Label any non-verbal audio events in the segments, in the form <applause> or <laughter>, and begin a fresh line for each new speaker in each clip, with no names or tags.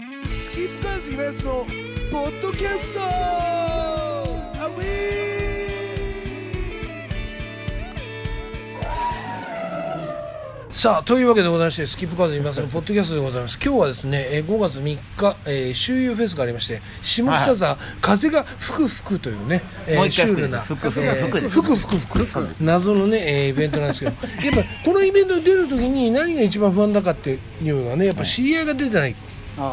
飯深津東のポッドキャストアウェーさあというわけでございましてスキップカードいますのポッドキャストでございます今日はですねえー5月3日、えー、周遊フェスがありまして下北沢、風が吹く吹くというね、えー
もう一
シ
回
ュー
吹く
ルな
吹く吹く
えー
吹くです
吹くふくふく
そうです
謎のね、えーイベントなんですけどやっぱこのイベントに出るときに何が一番不安だかっていうのはねやっぱ知り合いが出てない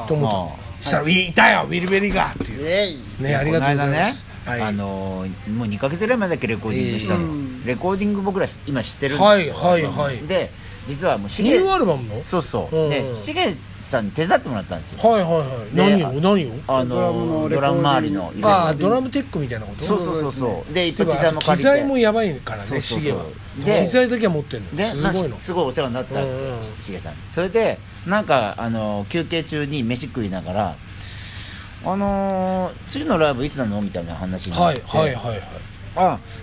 と思うとしたら「いたよウィルベリーが!」っていう
えい
ねありがとうございま
こ
す
の間ね、
は
あ
い
のーもう2か月ぐらい前だっけレコーディングしたの、
ええうん
レコーディング僕らし今してるんですよ
はいはいはい
で実はもうシ
ニ
ゲ
ューアルバムの
そうそう、
うん
でシゲさんに手伝ってもらったんですよ
はいはいはい
で
何を何を
あ
ドラム
の
の
ード
レコーディング
ラム周りのイベント
ああドラムテックみたいなこと
そうそうそう
そ
そうでいっぱ
て
い
か
機材も借
機
りて
材もやばいから
そ
ね
うそうそう
シゲは
で
機材だけは持ってるの
ですま
ごいの
あ、すごいお世話になった
うんうん
しげさんそれでなんかあの休憩中に飯食いながら「あのー次のライブいつなの?」みたいな話にな
は
っ
い
て、
はいはいはい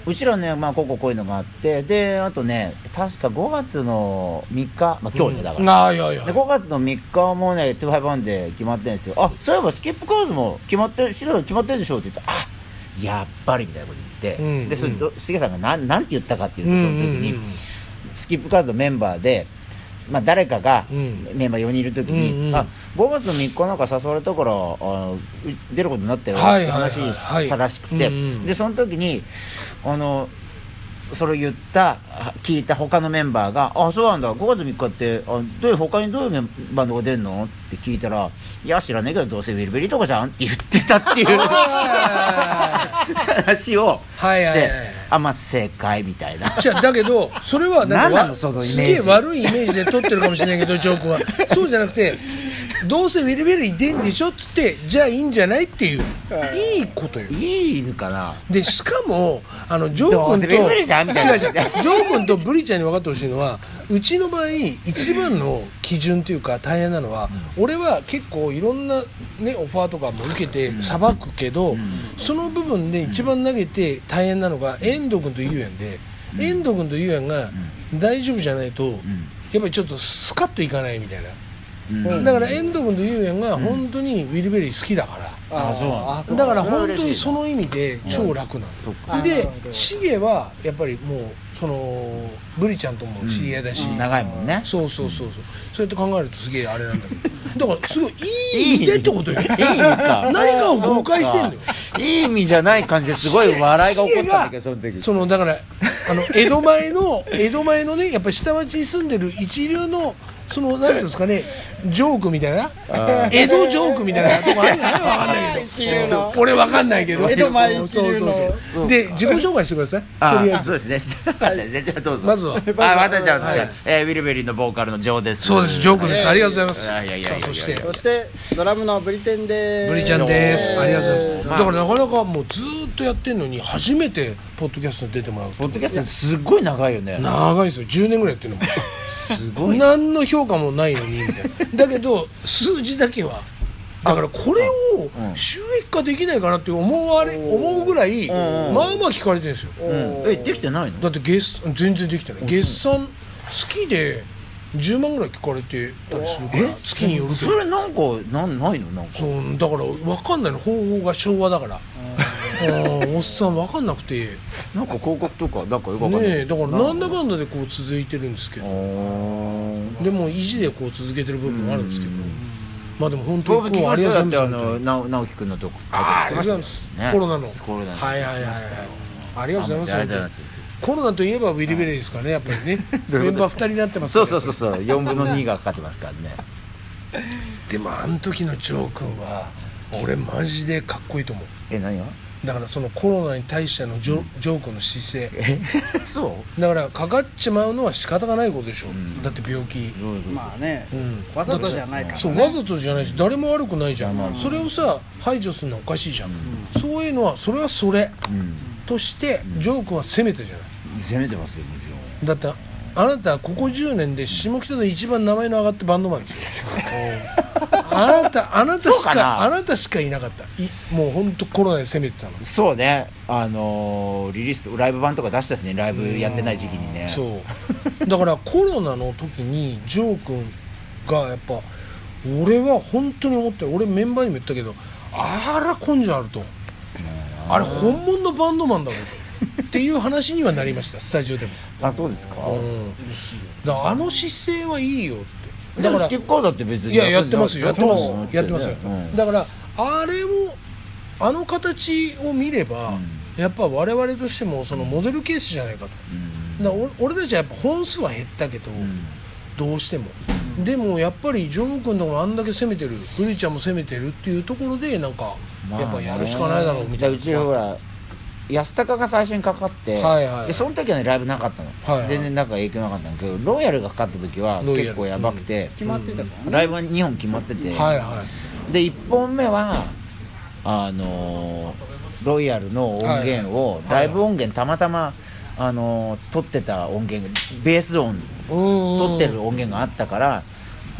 う
ちらね、まあ、こここういうのがあってであとね確か5月の3日、まあ、今日ねだから、
ああいやいや
で5月の3日もね251で決まってるんですよあそういえばスキップカーズも決まってるシロ決まってるでしょって言ったらあやっぱりみたいなこと言って、
うん
でそれ
うん
としげさんがなんなんて言ったかっていう
う
と
んう
そ
ん
の時に、スキップカードのメンバーで、まあ、誰かが、
うん
メンバー4人いるときに、
うんうん
あ5月の3日なんか誘われたからあう出ることになったよって
はいはいはい
話し
はい
したらしくて、
うんうん
でその時にあのそれを言ったあ聞いた他のメンバーが「あそうなんだ5月3日ってあどういう他にどういうメンバンドが出るの?」って聞いたら「いや知らねえけどどうせウィルベリーとかじゃん」って言ってたっていう話をして、
はいはいはい
あまあ正解みたいな。
じゃあだけどそれはなん
何
か
な
わ
のそのイメージ
すげえ悪いイメージで撮ってるかもしれないけどジョークはそうじゃなくてどうせウィルベリー出んでしょっつってじゃあいいんじゃないっていういいことよ
いい意味かな
でしかもあのジョ
ど
ー
う
君
せ
と
ビリビリじゃんみたいな
違う違うジョー君とブリちゃんに分かってほしいのはうちの場合一番の基準というか大変なのは、俺は結構いろんな、ね、オファーとかも受けてさばくけど、その部分で一番投げて大変なのが遠藤君とゆうやんで、遠藤君とゆうやんが大丈夫じゃないと、やっぱりちょっとスカッといかないみたいな、
うん
だから遠藤君とゆうやんが本当にウィルベリー好きだから。
あそうなんだ
あそう
だから
それは
本当
嬉しい
に
な
その意味で超楽な
そっ
の、
かあな
で
るほど
シゲはやっぱりもうそのブリちゃんとも知り合いだし、
うん長いもんね
そうそうそうそうそうやって考えるとすげえあれなんだけ
<laughs>
どだからすごいいい意味でってことよ
いい意味か
何かを誤解してんのよ
いい意味じゃない感じですごい笑いが起こったんだけどその時
そのだからあの江戸前の <laughs> 江戸前のねやっぱり下町に住んでる一流のそのなんていうんですかねジョークみたいな江戸ジョークみたいなとこあるじゃないわかんない
<laughs>
けど
一流の
そう俺わかんないけど
江戸前一流の
そうそうそうで自己紹介してくださいとりあえず
そうですねじゃあどうぞ
まずは
あ私じゃあ
はい
私えーウィルベリーのボーカルのジョーです
そうですジョークですありがとうございます
いやいやいやい
さ
や
あそして
そしてドラムのブリテンです
ブリちゃんですありがとうございます
まあ
だからなかなかもうずーっとやってんのに初めてポッドキャストに出てもらう
ポッドキャストすっごい長いよね
長いですよ10年ぐらいやってるのも
すごい
何の評価もないのにみたいなだけど数字だけはだからこれ
う
を
ん
収益化できないかなって思われ思うぐらいま
ん
あまあ聞かれてるんですよ
うんえできてないの
だって月全然できてない月産月で10万ぐらい聞かれてたりするから月によるけ
そ
ど
れなんかなんないのなんか
そうだから分かんないの方法が昭和だからうんおっさん分かんなくて
なんか広告とかなんかよくわかんない
ねえだからなんだかんだでこう続いてるんですけ
あ
ど
ー
でも意地でこう続けてる部分もあるんですけどまあでも本
当
当
分
に
聞き
こうあ
まし
り
た
がと
よだ
う
っ
ございま
てあ
す
のな直樹君のとこ
ありがとうございます
ね
コロナの
コロナの
はいはいはいはいありがとうござい
ありがとうござい
ま
ますす
コロナといえばウィリベリーですからねやっぱり
<laughs>
ね
どう
メ
いう
ン
ことですか
バー2人になってますか
そ
ら
うそうそうそう4分の2がかかってますからね
でもあの時のジョー君は俺マジでかっこいいと思う
え何が
だからそのコロナに対してのジョ,、ジョー君の姿勢 <laughs>
そう
だからかかっちまうのは仕方がないことでしょ、だって病気
そうそう
まあね
うん
わざとじゃないから
そうわざとじゃないし誰も悪くないじゃん、それをさ排除するのはおかしいじゃん、そういうのはそれはそれ
うん
としてジョー君は責めたじゃない
攻めてますよもちろん
だってあなたここ10年で下北で一番名前の上がったバンドマンですようんあなたあなたし
そうかな
かあなたしかいなかったいもう本当コロナで攻めてたの
そうねあのーリリースライブ版とか出したしねライブやってない時期にね
そうだからコロナの時にジョー君がやっぱ俺は本当に思ってる俺メンバーにも言ったけどあら根性あるとあれ本物のバンドマンだろうっていう話にはなりましたスタジオでも、
あそうですか
うん、だからあの姿勢はいいよって
で
だか
も
ら
スキップカーだって別に
いややってますよやってます
うん
やってますよ、
うん
だからあれもあの形を見れば、やっぱ我々としてもそのモデルケースじゃないかと、だから俺俺たちはやっぱ本数は減ったけど、どうしても、でもやっぱりジョブ君とかもあんだけ攻めてるブリちゃんも攻めてるっていうところでなんか、
まあね
やっぱやるしかないだろうみたいな
だからうちほら安高が最初にかかって、
はいはいはい
でその時は、ね、ライブなかったの、
はいはい
全然なんか影響なかったんだけどロイヤルがかかった時は
ロイヤル
結構やばくて、
決まってたか
ライブは2本決まってて、
はいは
で1本目はあのーロイヤルの音源を、
はい
ライブ音源たまたま、あのー撮ってた音源ベース音
いうんうん
撮ってる音源があったから、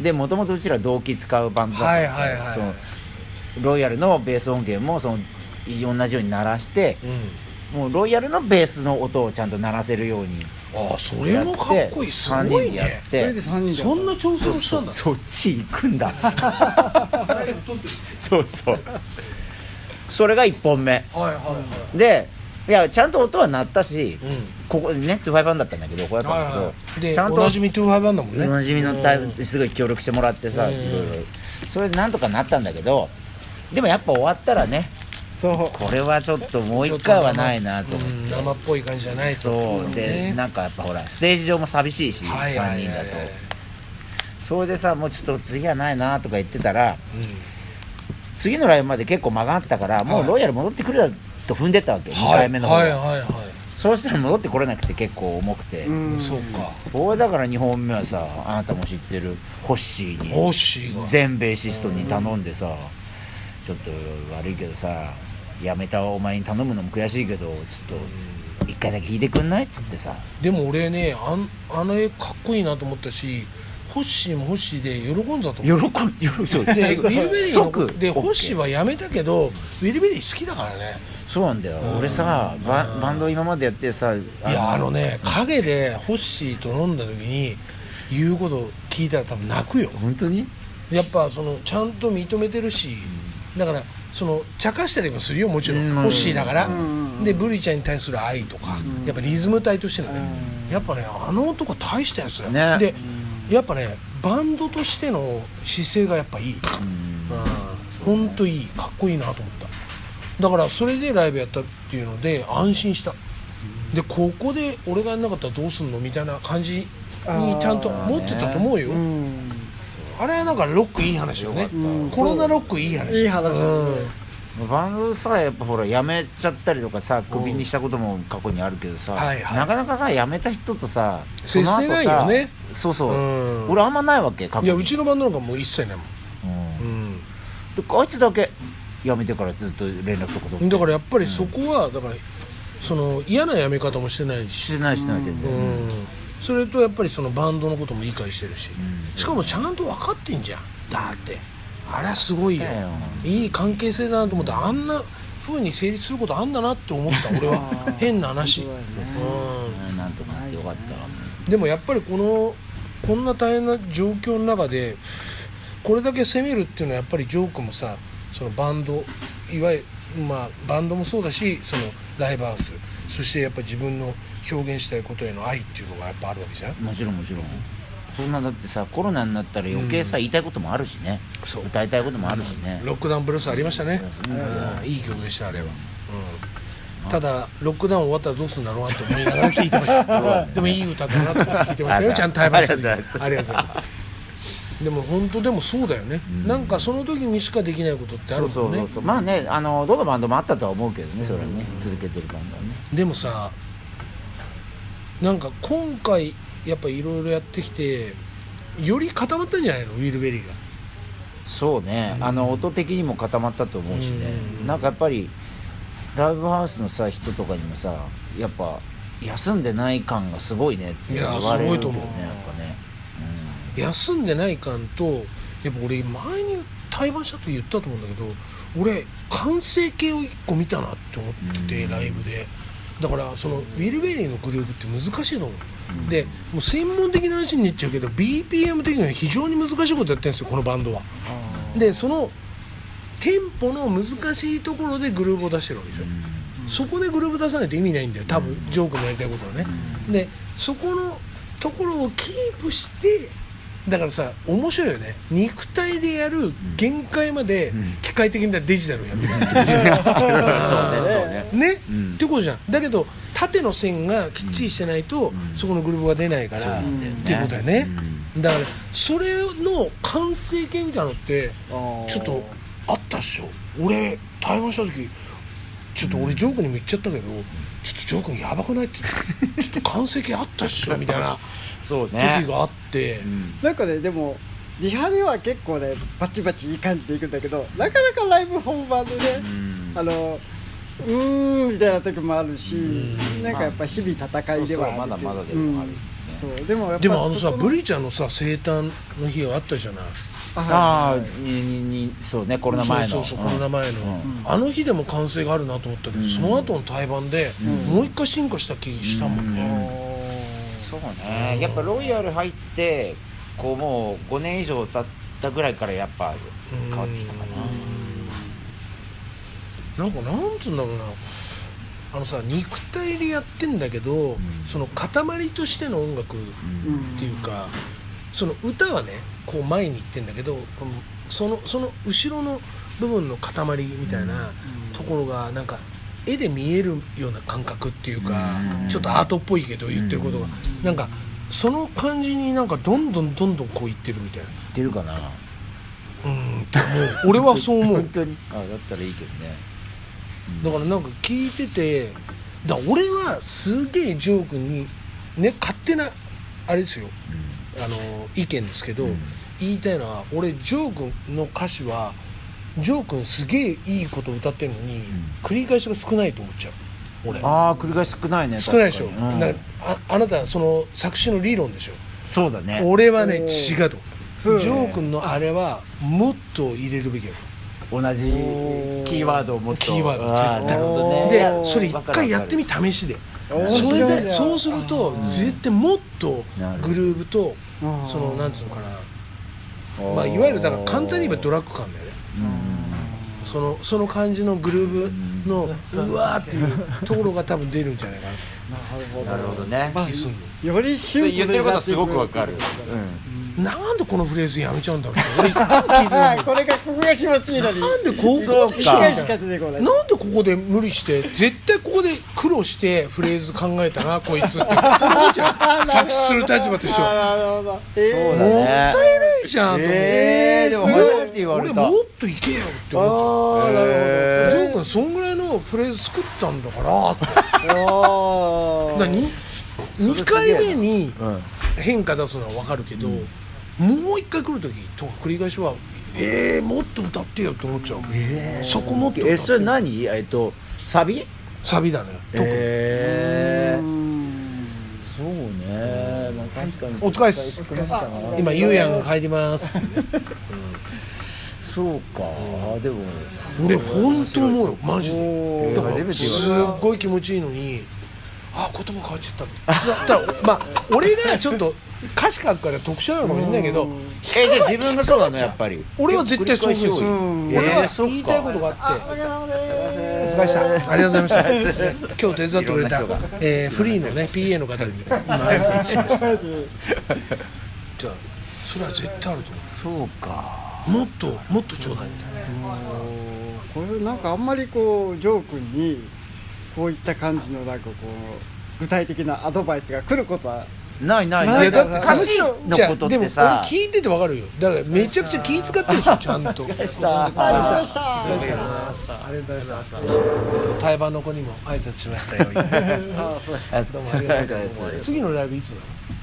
でもともとうちら同期使うバンドだったんですよ、
はいはいはい
そのロイヤルのベース音源もその同じように鳴らして
うん
もうロイヤルのベースの音をちゃんと鳴らせるように
ああそれもかっこいいす
3
ご
人
い
でやっ
ね
そ
て
れで3人で
そんな挑戦をしたんだ
そっち行
<laughs>
くんだそうそうそれが1本目
はいはいは
でいやちゃんと音は鳴ったし、
い、うん
ここね25だったんだけどこうやったんだけど、
で
ちゃんと
おなじみトゥーファイブなんだもんね
おなじみのタイプすごい協力してもらってさ、
うん
いろいろそれでなんとかなったんだけどでもやっぱ終わったらね
そ
これはちょっともう一回はないなと思っ
う
て
ん生っぽい感じじゃないと
そうで
ね
なんかやっぱほらステージ上も寂しいし
はいは
3
い
人
はいは
だ
い
とそれでさもうちょっと次はないなとか言ってたら次のライブまで結構間があったからも
は
う
い
ロイヤル戻ってくるだと踏んでたわけよ2回目の方
はいはい
が
はいは
そうしたら戻ってこれなくて結構重くて
ううん
いそうか
これだから2本目はさあなたも知ってるホッシーに
オッシーが
全ベーシストに頼んでさ、ちょっと悪いけどさやめたお前に頼むのも悔しいけどちょっと一回だけ弾いてくんないっつってさ
でも俺ねあんあの絵かっこいいなと思ったしホッシーもホッシーで喜んだと
喜
思うん
喜んそう
でウィル・ベリー
即
ので
OK
ホッシーはやめたけどウィル・ベリー好きだからね
そうなんだよ俺さババンド今までやってさ
いやあのね陰でホッシーと飲んだ時に言うことを聞いたら多分泣くよ
本当に
やっぱそのちゃんと認めてるし、だからその茶化したりもするよもちろん、
うん
欲しいだから、
ん
でブリちゃんに対する愛とか、やっぱリズム体としてのね、やっぱねあの男大したやつだよ、
ね
でやっぱねバンドとしての姿勢がやっぱいい、
うん
うん本当いいかっこいいなと思っただからそれでライブやったっていうので安心したでここで俺がやんなかったらどうすんのみたいな感じにちゃんと持ってたと思うよ、
うん
あれはなんかロックいい話よね、
うん
コロナロックいい話
いい話だね
バンドさやっぱほら辞めちゃったりとかさクビにしたことも過去にあるけどさ、
はいはい
なかなかさ辞めた人とさ
接せないよね
その後さそうそう、
うん
俺あんまないわけ過
う
去
ん、い
に
やうちのバンドなんかもう一切ないもん、うん
であいつだけ辞めてからずっと連絡とか取って
だからやっぱりそこはだからその嫌な辞め方もしてないし、
してないしてない全
う
然、
んそれとやっぱりそのバンドのことも理解してるし、しかもちゃんと分かってんじゃんだってあれはすごいよ
だよ
いい関係性だなと思ってあんな風に成立することあんだなって思 <laughs> った俺は変な話、
本
うん
うんなんとかなってよかった、
でもやっぱりこのこんな大変な状況の中でこれだけ攻めるっていうのはやっぱりジョークもさそのバンドいわゆる、まあ、バンドもそうだしそのライブハウスそしてやっぱ自分の表現したいことへの愛っていうのがやっぱあるわけじゃん
もちろんもちろんそんなだってさコロナになったら余計さ、言いたいこともあるしね
そう
歌いたいこともあるしね、
ロックダウンブルースありましたね、うんいい曲でしたあれは、うん、ただロックダウン終わったらどうするんだろうなと思いながら聴いてましたでもいい歌だなと思って聴いてましたよちゃんと対話してて
ありがとうございます
ありがとうございますでも本当でもそうだよね、なんかその時にしかできないことってあ
そ
る
うそ
もん
う
ね
そうそうまあねあのどのバンドもあったとは思うけどねそれはね、続けてるバンドはね
でもさなんか今回やっぱいろいろやってきてより固まったんじゃないのウィル・ベリーが
そうね、あの音的にも固まったと思うしね、
うん
なんかやっぱりライブハウスのさ人とかにもさやっぱ休んでない感がすごいねって言われ
いやす
るよね
ごいと思う
やっぱね、
休んでない感とやっぱ俺前に対バンしたと言ったと思うんだけど俺完成形を一個見たなって思ってて、ライブでだからそのウィル・ベリーのグループって難しいと思う、でもう専門的な話になっちゃうけど BPM 的には非常に難しいことやってるんですよこのバンドはでそのテンポの難しいところでグループを出してるわけでしょ、そこでグループ出さないと意味ないんだよ多分ジョークのやりたいことはね、でそこのところをキープしてだからさ面白いよね肉体でやる限界まで機械的なデジタルをやってる
<laughs> そうねそうね
ね、
うん
ってことじゃんだけど縦の線がきっちりしてないと、そこのグループが出ないから、
んだよね
っていうことだよね、だからそれの完成形みたいなのってちょっとあったっしょ俺対話した時ちょっと俺ジョークにも言っちゃったけどちょっとジョー君やばくないってちょっと完成形あったっしょみたいな
そうね
時があって、
<laughs> うん
なんかねでもリハでは結構ねバチバチいい感じでいくんだけどなかなかライブ本番でね、あのうーんみたいな時もあるし、
うん
なんかやっぱ日々戦いでは
まあ
ある
そうそうまだまだ
け
で
ど
もある
うんそうでもやっぱ
でもあのさ
そこ
ブリーちゃんのさ生誕の日があったじゃない
あ
はいはいはい
あにににそうねコロナ前の
そうそうそうコロナ前の、
うん
あの日でも完成があるなと思ったけど、
うん
その後の対バンで、
うん
もう一回進化した気したもん
うん
ね、
そうねやっぱロイヤル入ってこうもう5年以上経ったぐらいからやっぱ変わってきたかな
なんかなんつうんだろうなあのさ肉体でやってんだけど、その塊としての音楽
うん
っていうか、その歌はねこう前に行ってんだけどこのそのその後ろの部分の塊みたいなところがなんか絵で見えるような感覚っていうか、
うん
ちょっとアートっぽいけど言ってることが、なんかその感じになんかどんどんどんどんこういってるみたいな
言ってるかな
うんって思う俺はそう思う
<laughs> 本当にあだったらいいけどね
だからなんか聞いててだから俺はすげえジョー君にね勝手なあれですよあの意見ですけど、
うん
言いたいのは俺ジョー君の歌詞はジョー君すげえいいこと歌ってるのに、繰り返しが少ないと思っちゃう俺
ああ繰り返し少ないね
少ないでしょ、
確かに
な
うん
ああなたその作詞の理論でしょ
そうだね
俺はね
お
違
ー
うと
ふう
ジョー君のあれはもっと入れるべきだと
同じキーワードをもっと
キーワード
あなるほどね
お
で
ー
それ一回やってみ
て
試しで
面
それ
白いね
でそうすると
あー
絶対もっとグルーブと
あー
そのなんつうのかなまあいわゆるだから簡単に言えばドラッグ感だよねそのその感じのグルーブのうわーっていうところが多分出るんじゃないかな
なるほどね
って気すんの
より
そ
シン
れ
プル
言ってることはすごく
わ
わかる
なんでこのフレーズやめちゃうんだろう
<laughs>
って俺いつも聞いて
あ
た
あ <laughs> これがここが気持ちいいのに
なんでこ
そう
こ
か
で
一
一回
回
し
し
か
か出てこな
なん
い
でここで無理して絶対ここで苦労してフレーズ考えたなこいつって俺思っちゃう作詞する立場としては
あーなるほどえ
そう
も
だ
っ
ね
たいないじゃんと思って。
えーでも初めて言われ
俺
た
もっといけよって
ー
思っ
ああな
ちゃ
る
う
ほ
ジ
ど
ョー君そんぐらいのフレーズ作ったんだからって
おー
何
それ
2
すげえ
回
な
目に
うん
変化出すのは分かるけど、もう1回来る時とか繰り返しはえー、もっと歌ってよって思っちゃう、そこもっと歌
え
っ
そ
て
れ
よ
何えっとサビ
サビだね特に、
え
うん
そうねまあ確かに
お疲れっす今ゆうやんが入ります
そうかでも
俺本当思うよマジで
おー
だ
だ
か
からら
すっ
言
ごい気持ちいいのにあ言葉変わっちゃっただからまあ俺がちょっと歌詞書くから特殊なのかもしれないけど
えじゃあ自分がそうなのやっぱり
俺は絶対そうするんですよ
うん
俺は
えーそっか
言いたいことがあって
お疲れ様で
お
す
疲れ様でしたありがとうございました今日手伝ってくれた
いろんな人
えーフリーのね PA の方に今挨拶しましたじゃあそれは絶対あると
<laughs> そうか
思うもっともっとちょうだいみたいな
これなんかあんまりこうジョー君にこういった感じのなんかこう具体的なアドバイスが来ることは
ないない
い
な
や
い
だって
歌詞
じゃ
の
あ
ことっ
でも
て
俺
さ
聞いててわかるよだからめちゃくちゃ気使ってるでしょちゃんと
さ
ありがとうございました
ありがとうございました対バンの子にも挨拶しましたよ
あ
どうもありがとうございます次のライブいつ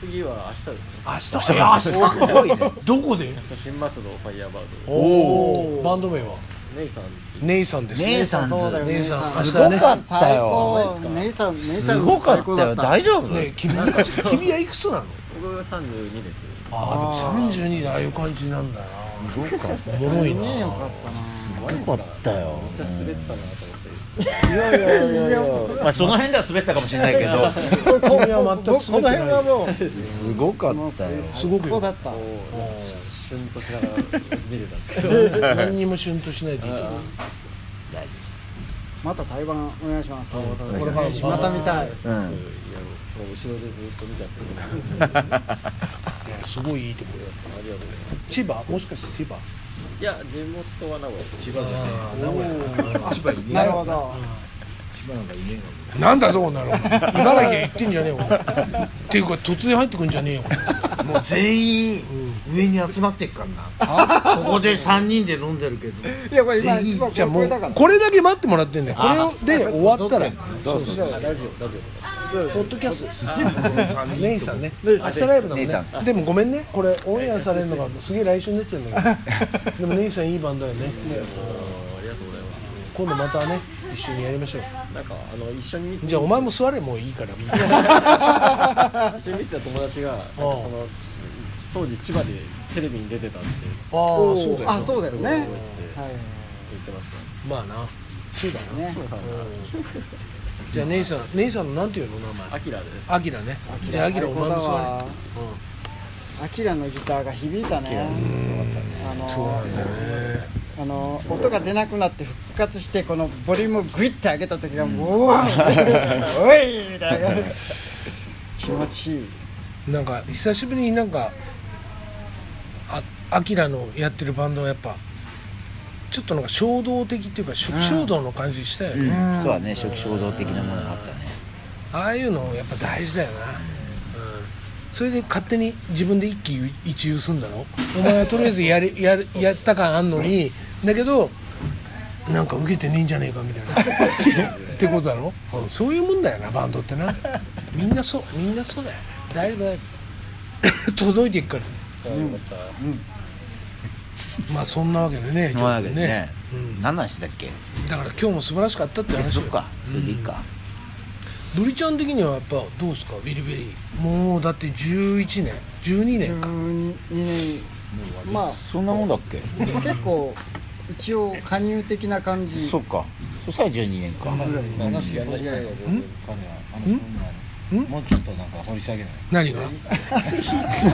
次は明日ですね
明日明日
すごいね
どこで
明日新松戸ファイヤーバード
おおバンド名は
ネイさん
ネイさんです
ネイさんズ
そうだよ
姉
姉
さ
さ
ん
ん
す
ごかったよ
最高姉さん姉さん
すごかったよ大丈夫
ね君君はいくつなの
僕は32です
ああでも32でああいう感じなんだな
すごかった
おもろい
ね
な
よかっ
すごかったよ
じゃあ滑ったなと思って
いやいやいやいや
まあ、その辺では滑ったかもしれないけど
ここ
君は全く
この辺はもう
すごか
もう
ったよ
すごくよ
最高だった
こうなんかシュンとしながら見れたんですけ
<laughs>
ど
何にもシュンとしないでいいと思う
また台湾お願いします
これからも
また見たい
うん
そういやもう後ろでずっと見ちゃってそのあり
いやすごいいいと思うよ
がとうございま
千葉もしかして千葉
すいや地元は名古屋です
千葉じゃねえ名古屋千葉いねえ
なるほど
千葉なんかいねえか
なんだぞこんなの茨城へ行ってんじゃねえよこれっていうか突然入ってくんじゃねえよこれ
らもう全員上に集まってっからなここで三人で飲んでるけど
いやこれ今
全員
今こ
じゃあも
れ
う
だから
これだけ待ってもらってんだよこれを
あ
で終わったら
そうそう
あラジオラジオとか
ポッドキャストです
三人
ネイさんね
ネイさん
明日ライブだもん
ネイさ
ねでもごめんねこれオンエアされるのがすげえ来週になっちゃうんだけどでもネイさんいいバンドだよね
ありがとうございま
今度またね一緒にやりましょう
すなんかあの一緒に見て
じゃあお前も座れもういいから
一緒に見てた友達がなんかその当時千葉でテレビに出てたって
ああそうだよ
あそうだよねはい
言ってました
まあなそうだな
ね
じゃあ姉さん姉さんのなんていうの名前
アキラです
アキラねじゃあアキラお前も
最高だわ
座
アキラのギターが響いたねあの
れね
あの音が出なくなって復活してこのボリュームをグイッて上げた時がもううわーおいみたいな気持ちいい
なんか久しぶりになんかあアキラのやってるバンドはやっぱちょっとなんか衝動的っていうかしょ
うん
衝動の感じしたよ
うん
ね、
そうだね初期衝動的なものがあったね
ああいうのやっぱ大事だよな、うん、それで勝手に自分で一喜一憂すんだろお前はとりあえずやりやるやった感あんのにだけどなんか受けてねえんじゃねえかみたいなってことだろうんそういうもんだよなバンドってなみんなそうみんなそうだよ <coughs> だいぶだいぶ届いていくからまあそんなわけでね
そんなわけでね
ジョー君ね
何の話だっけ
うんだから今日も素晴らしかったって
え
話
そ
よ
っかそれでいいか
ドリちゃん的にはやっぱどうですかウィリベリーもうだって11年12年か
12年まあ
そんなもんだっけ
結構一応加入的な感じ
そっかそしたら12年か
ぐらい
話やりたいの彼はあのそんなもうちょっとなんか掘り下げない
何が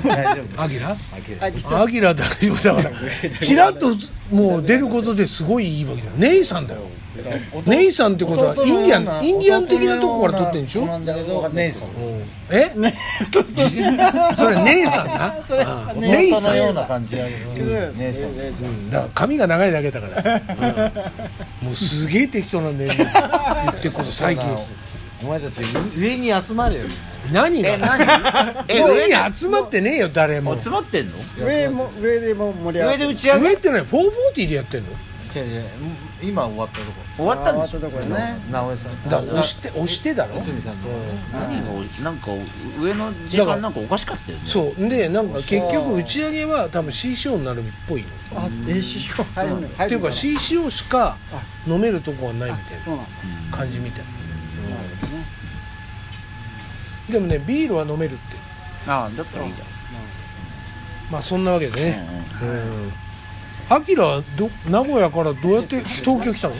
大丈夫
アギラ
あ
アギラ大丈夫だからちらっともう出ることですごいいいわけじゃんネイさんだよネイさんってことはインディアンインディアン的なとこから取ってんでしょ
なんだけど姉さん
うんえ <laughs> それ姉さんなうんネイ
のよ
さ
うんな感じだけど姉さん
うんだから髪が長いだけだから、うんもうすげえ適当なんだよ今言ってること最近
お前たち上に集まれよ
何が <laughs>
え
上に集まってねえよ誰も
集まってんの
上も上でも盛り上が
上
っ
で
て
打ち上げ
上ってない440でやってんの
違う違う今終わったとこ
終わったんでし
あ終わったとこ
ょ
やね
直江さ
だ
ん
から押して押してだろ
内海さんの
何がおなんか上の時間なんかおかしかったよねう
そうでなんか結局打ち上げは多分 CCO になるっぽいのっ
あ停止しよう入るの入
てい
る
う
の
か CCO しか飲めるとこはないみ
あ
たい
そうなんだ
な感じみたい
なるほどね
でもねビールは飲めるって
ああだったらいいじ
まあそんなわけで
ゃん
ねうんアキラはど名古屋からどうやって東京来たの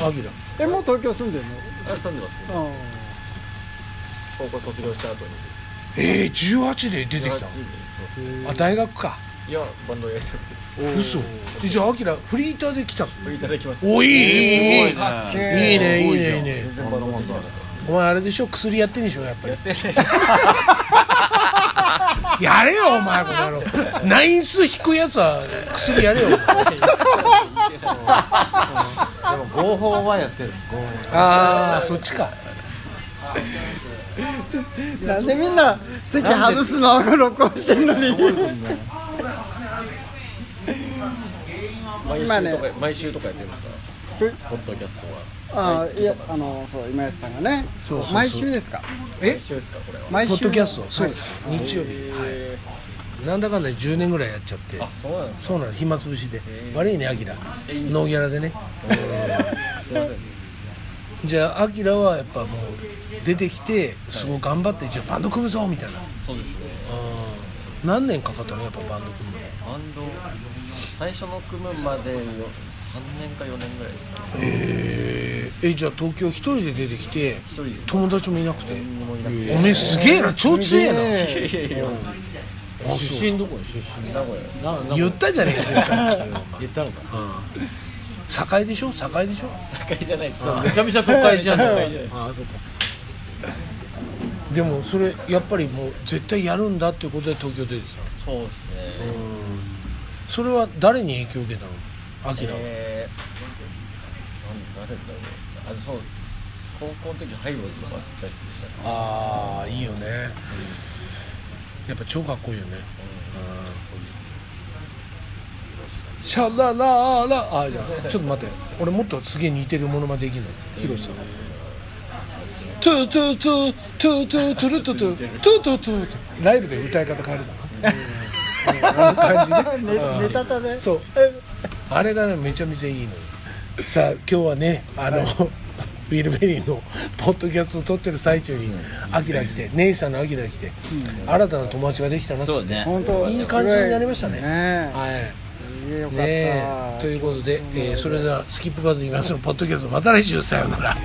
アキラ
えもう東京住んでるの
あ住んでます高校卒業した後に
ええ18で出てきたのあ大学か
いやバンドやりたくて
嘘えじゃあアキラフリーターで来たの
振りいただきました
おいいいいい
ね
いいねいいねいいね
全然バンド持ってなかったです
お前あれでしょ薬やってんでしょやっぱりやれよお前この野郎ナインス引くやつは薬やれよ
でも合法はやってる合
ああそっちか
なんでみんな席外すの録音してん
<laughs>
のに
毎週
今ね
とか毎週とかやってますからポッドキャストは
あいやあのそう今安さんがね
そうそうそう
毎週ですか
え
毎週ですかこれは
毎週
ポッドキャストそう
はい
です日曜日はいなんだかんだ10年ぐらいやっちゃって
あそうなんです
そうなの暇つぶしで悪いねアキラノーギャラでね
すいません
じゃあアキラはやっぱもう出てきてすごい頑張ってじゃあバンド組むぞみたいな
そうですね
うん何年かかったのやっぱバンド組むの
バンド最初の組むまでの3年か4年ぐらいですかね
えー、えじゃあ東京一人で出てきて
一人で
友達もいなくて
何にもいなくて、
おめえすげえな超強えな
す
い
げ
やいやいや
あそう
出身どこ出身
名古屋です
なな
言ったじゃねえかさっきよ <laughs>
言ったのか
お前栄でしょ栄でしょ
都会じゃないです
そうめちゃめちゃ都会じゃん
都会じゃない
ああそっか
でもそれやっぱりもう絶対やるんだっていうことで東京出てた
そうですね
それは誰に影響を受けたのアキラは、
えー、なん誰だろうあそう高校の時ハイボーズとか好きな人でしたね
ああいいよねやっぱ超かっこいいよねうんシャララーラあーじゃあちょっと待って俺もっとすげえ似てるものまでできるの広瀬さんトゥトゥトゥトゥトゥトゥルトゥトゥトゥトゥトゥトゥライブで歌い方変えるだな、うん、 <laughs> あの感じねうん
ネタだね
そうあれがねめちゃめちゃいいのよさあ今日はねあの、ウィルベリーのポッドキャストを撮ってる最中にアキラ来て姉さんのアキラ来て、新たな友達ができたなっつって、
本当
いい感じになりましたね
ね
はい
すげえよかった、
ねえということで、えーそれではスキップカズイガースのポッドキャストまた来週さようなら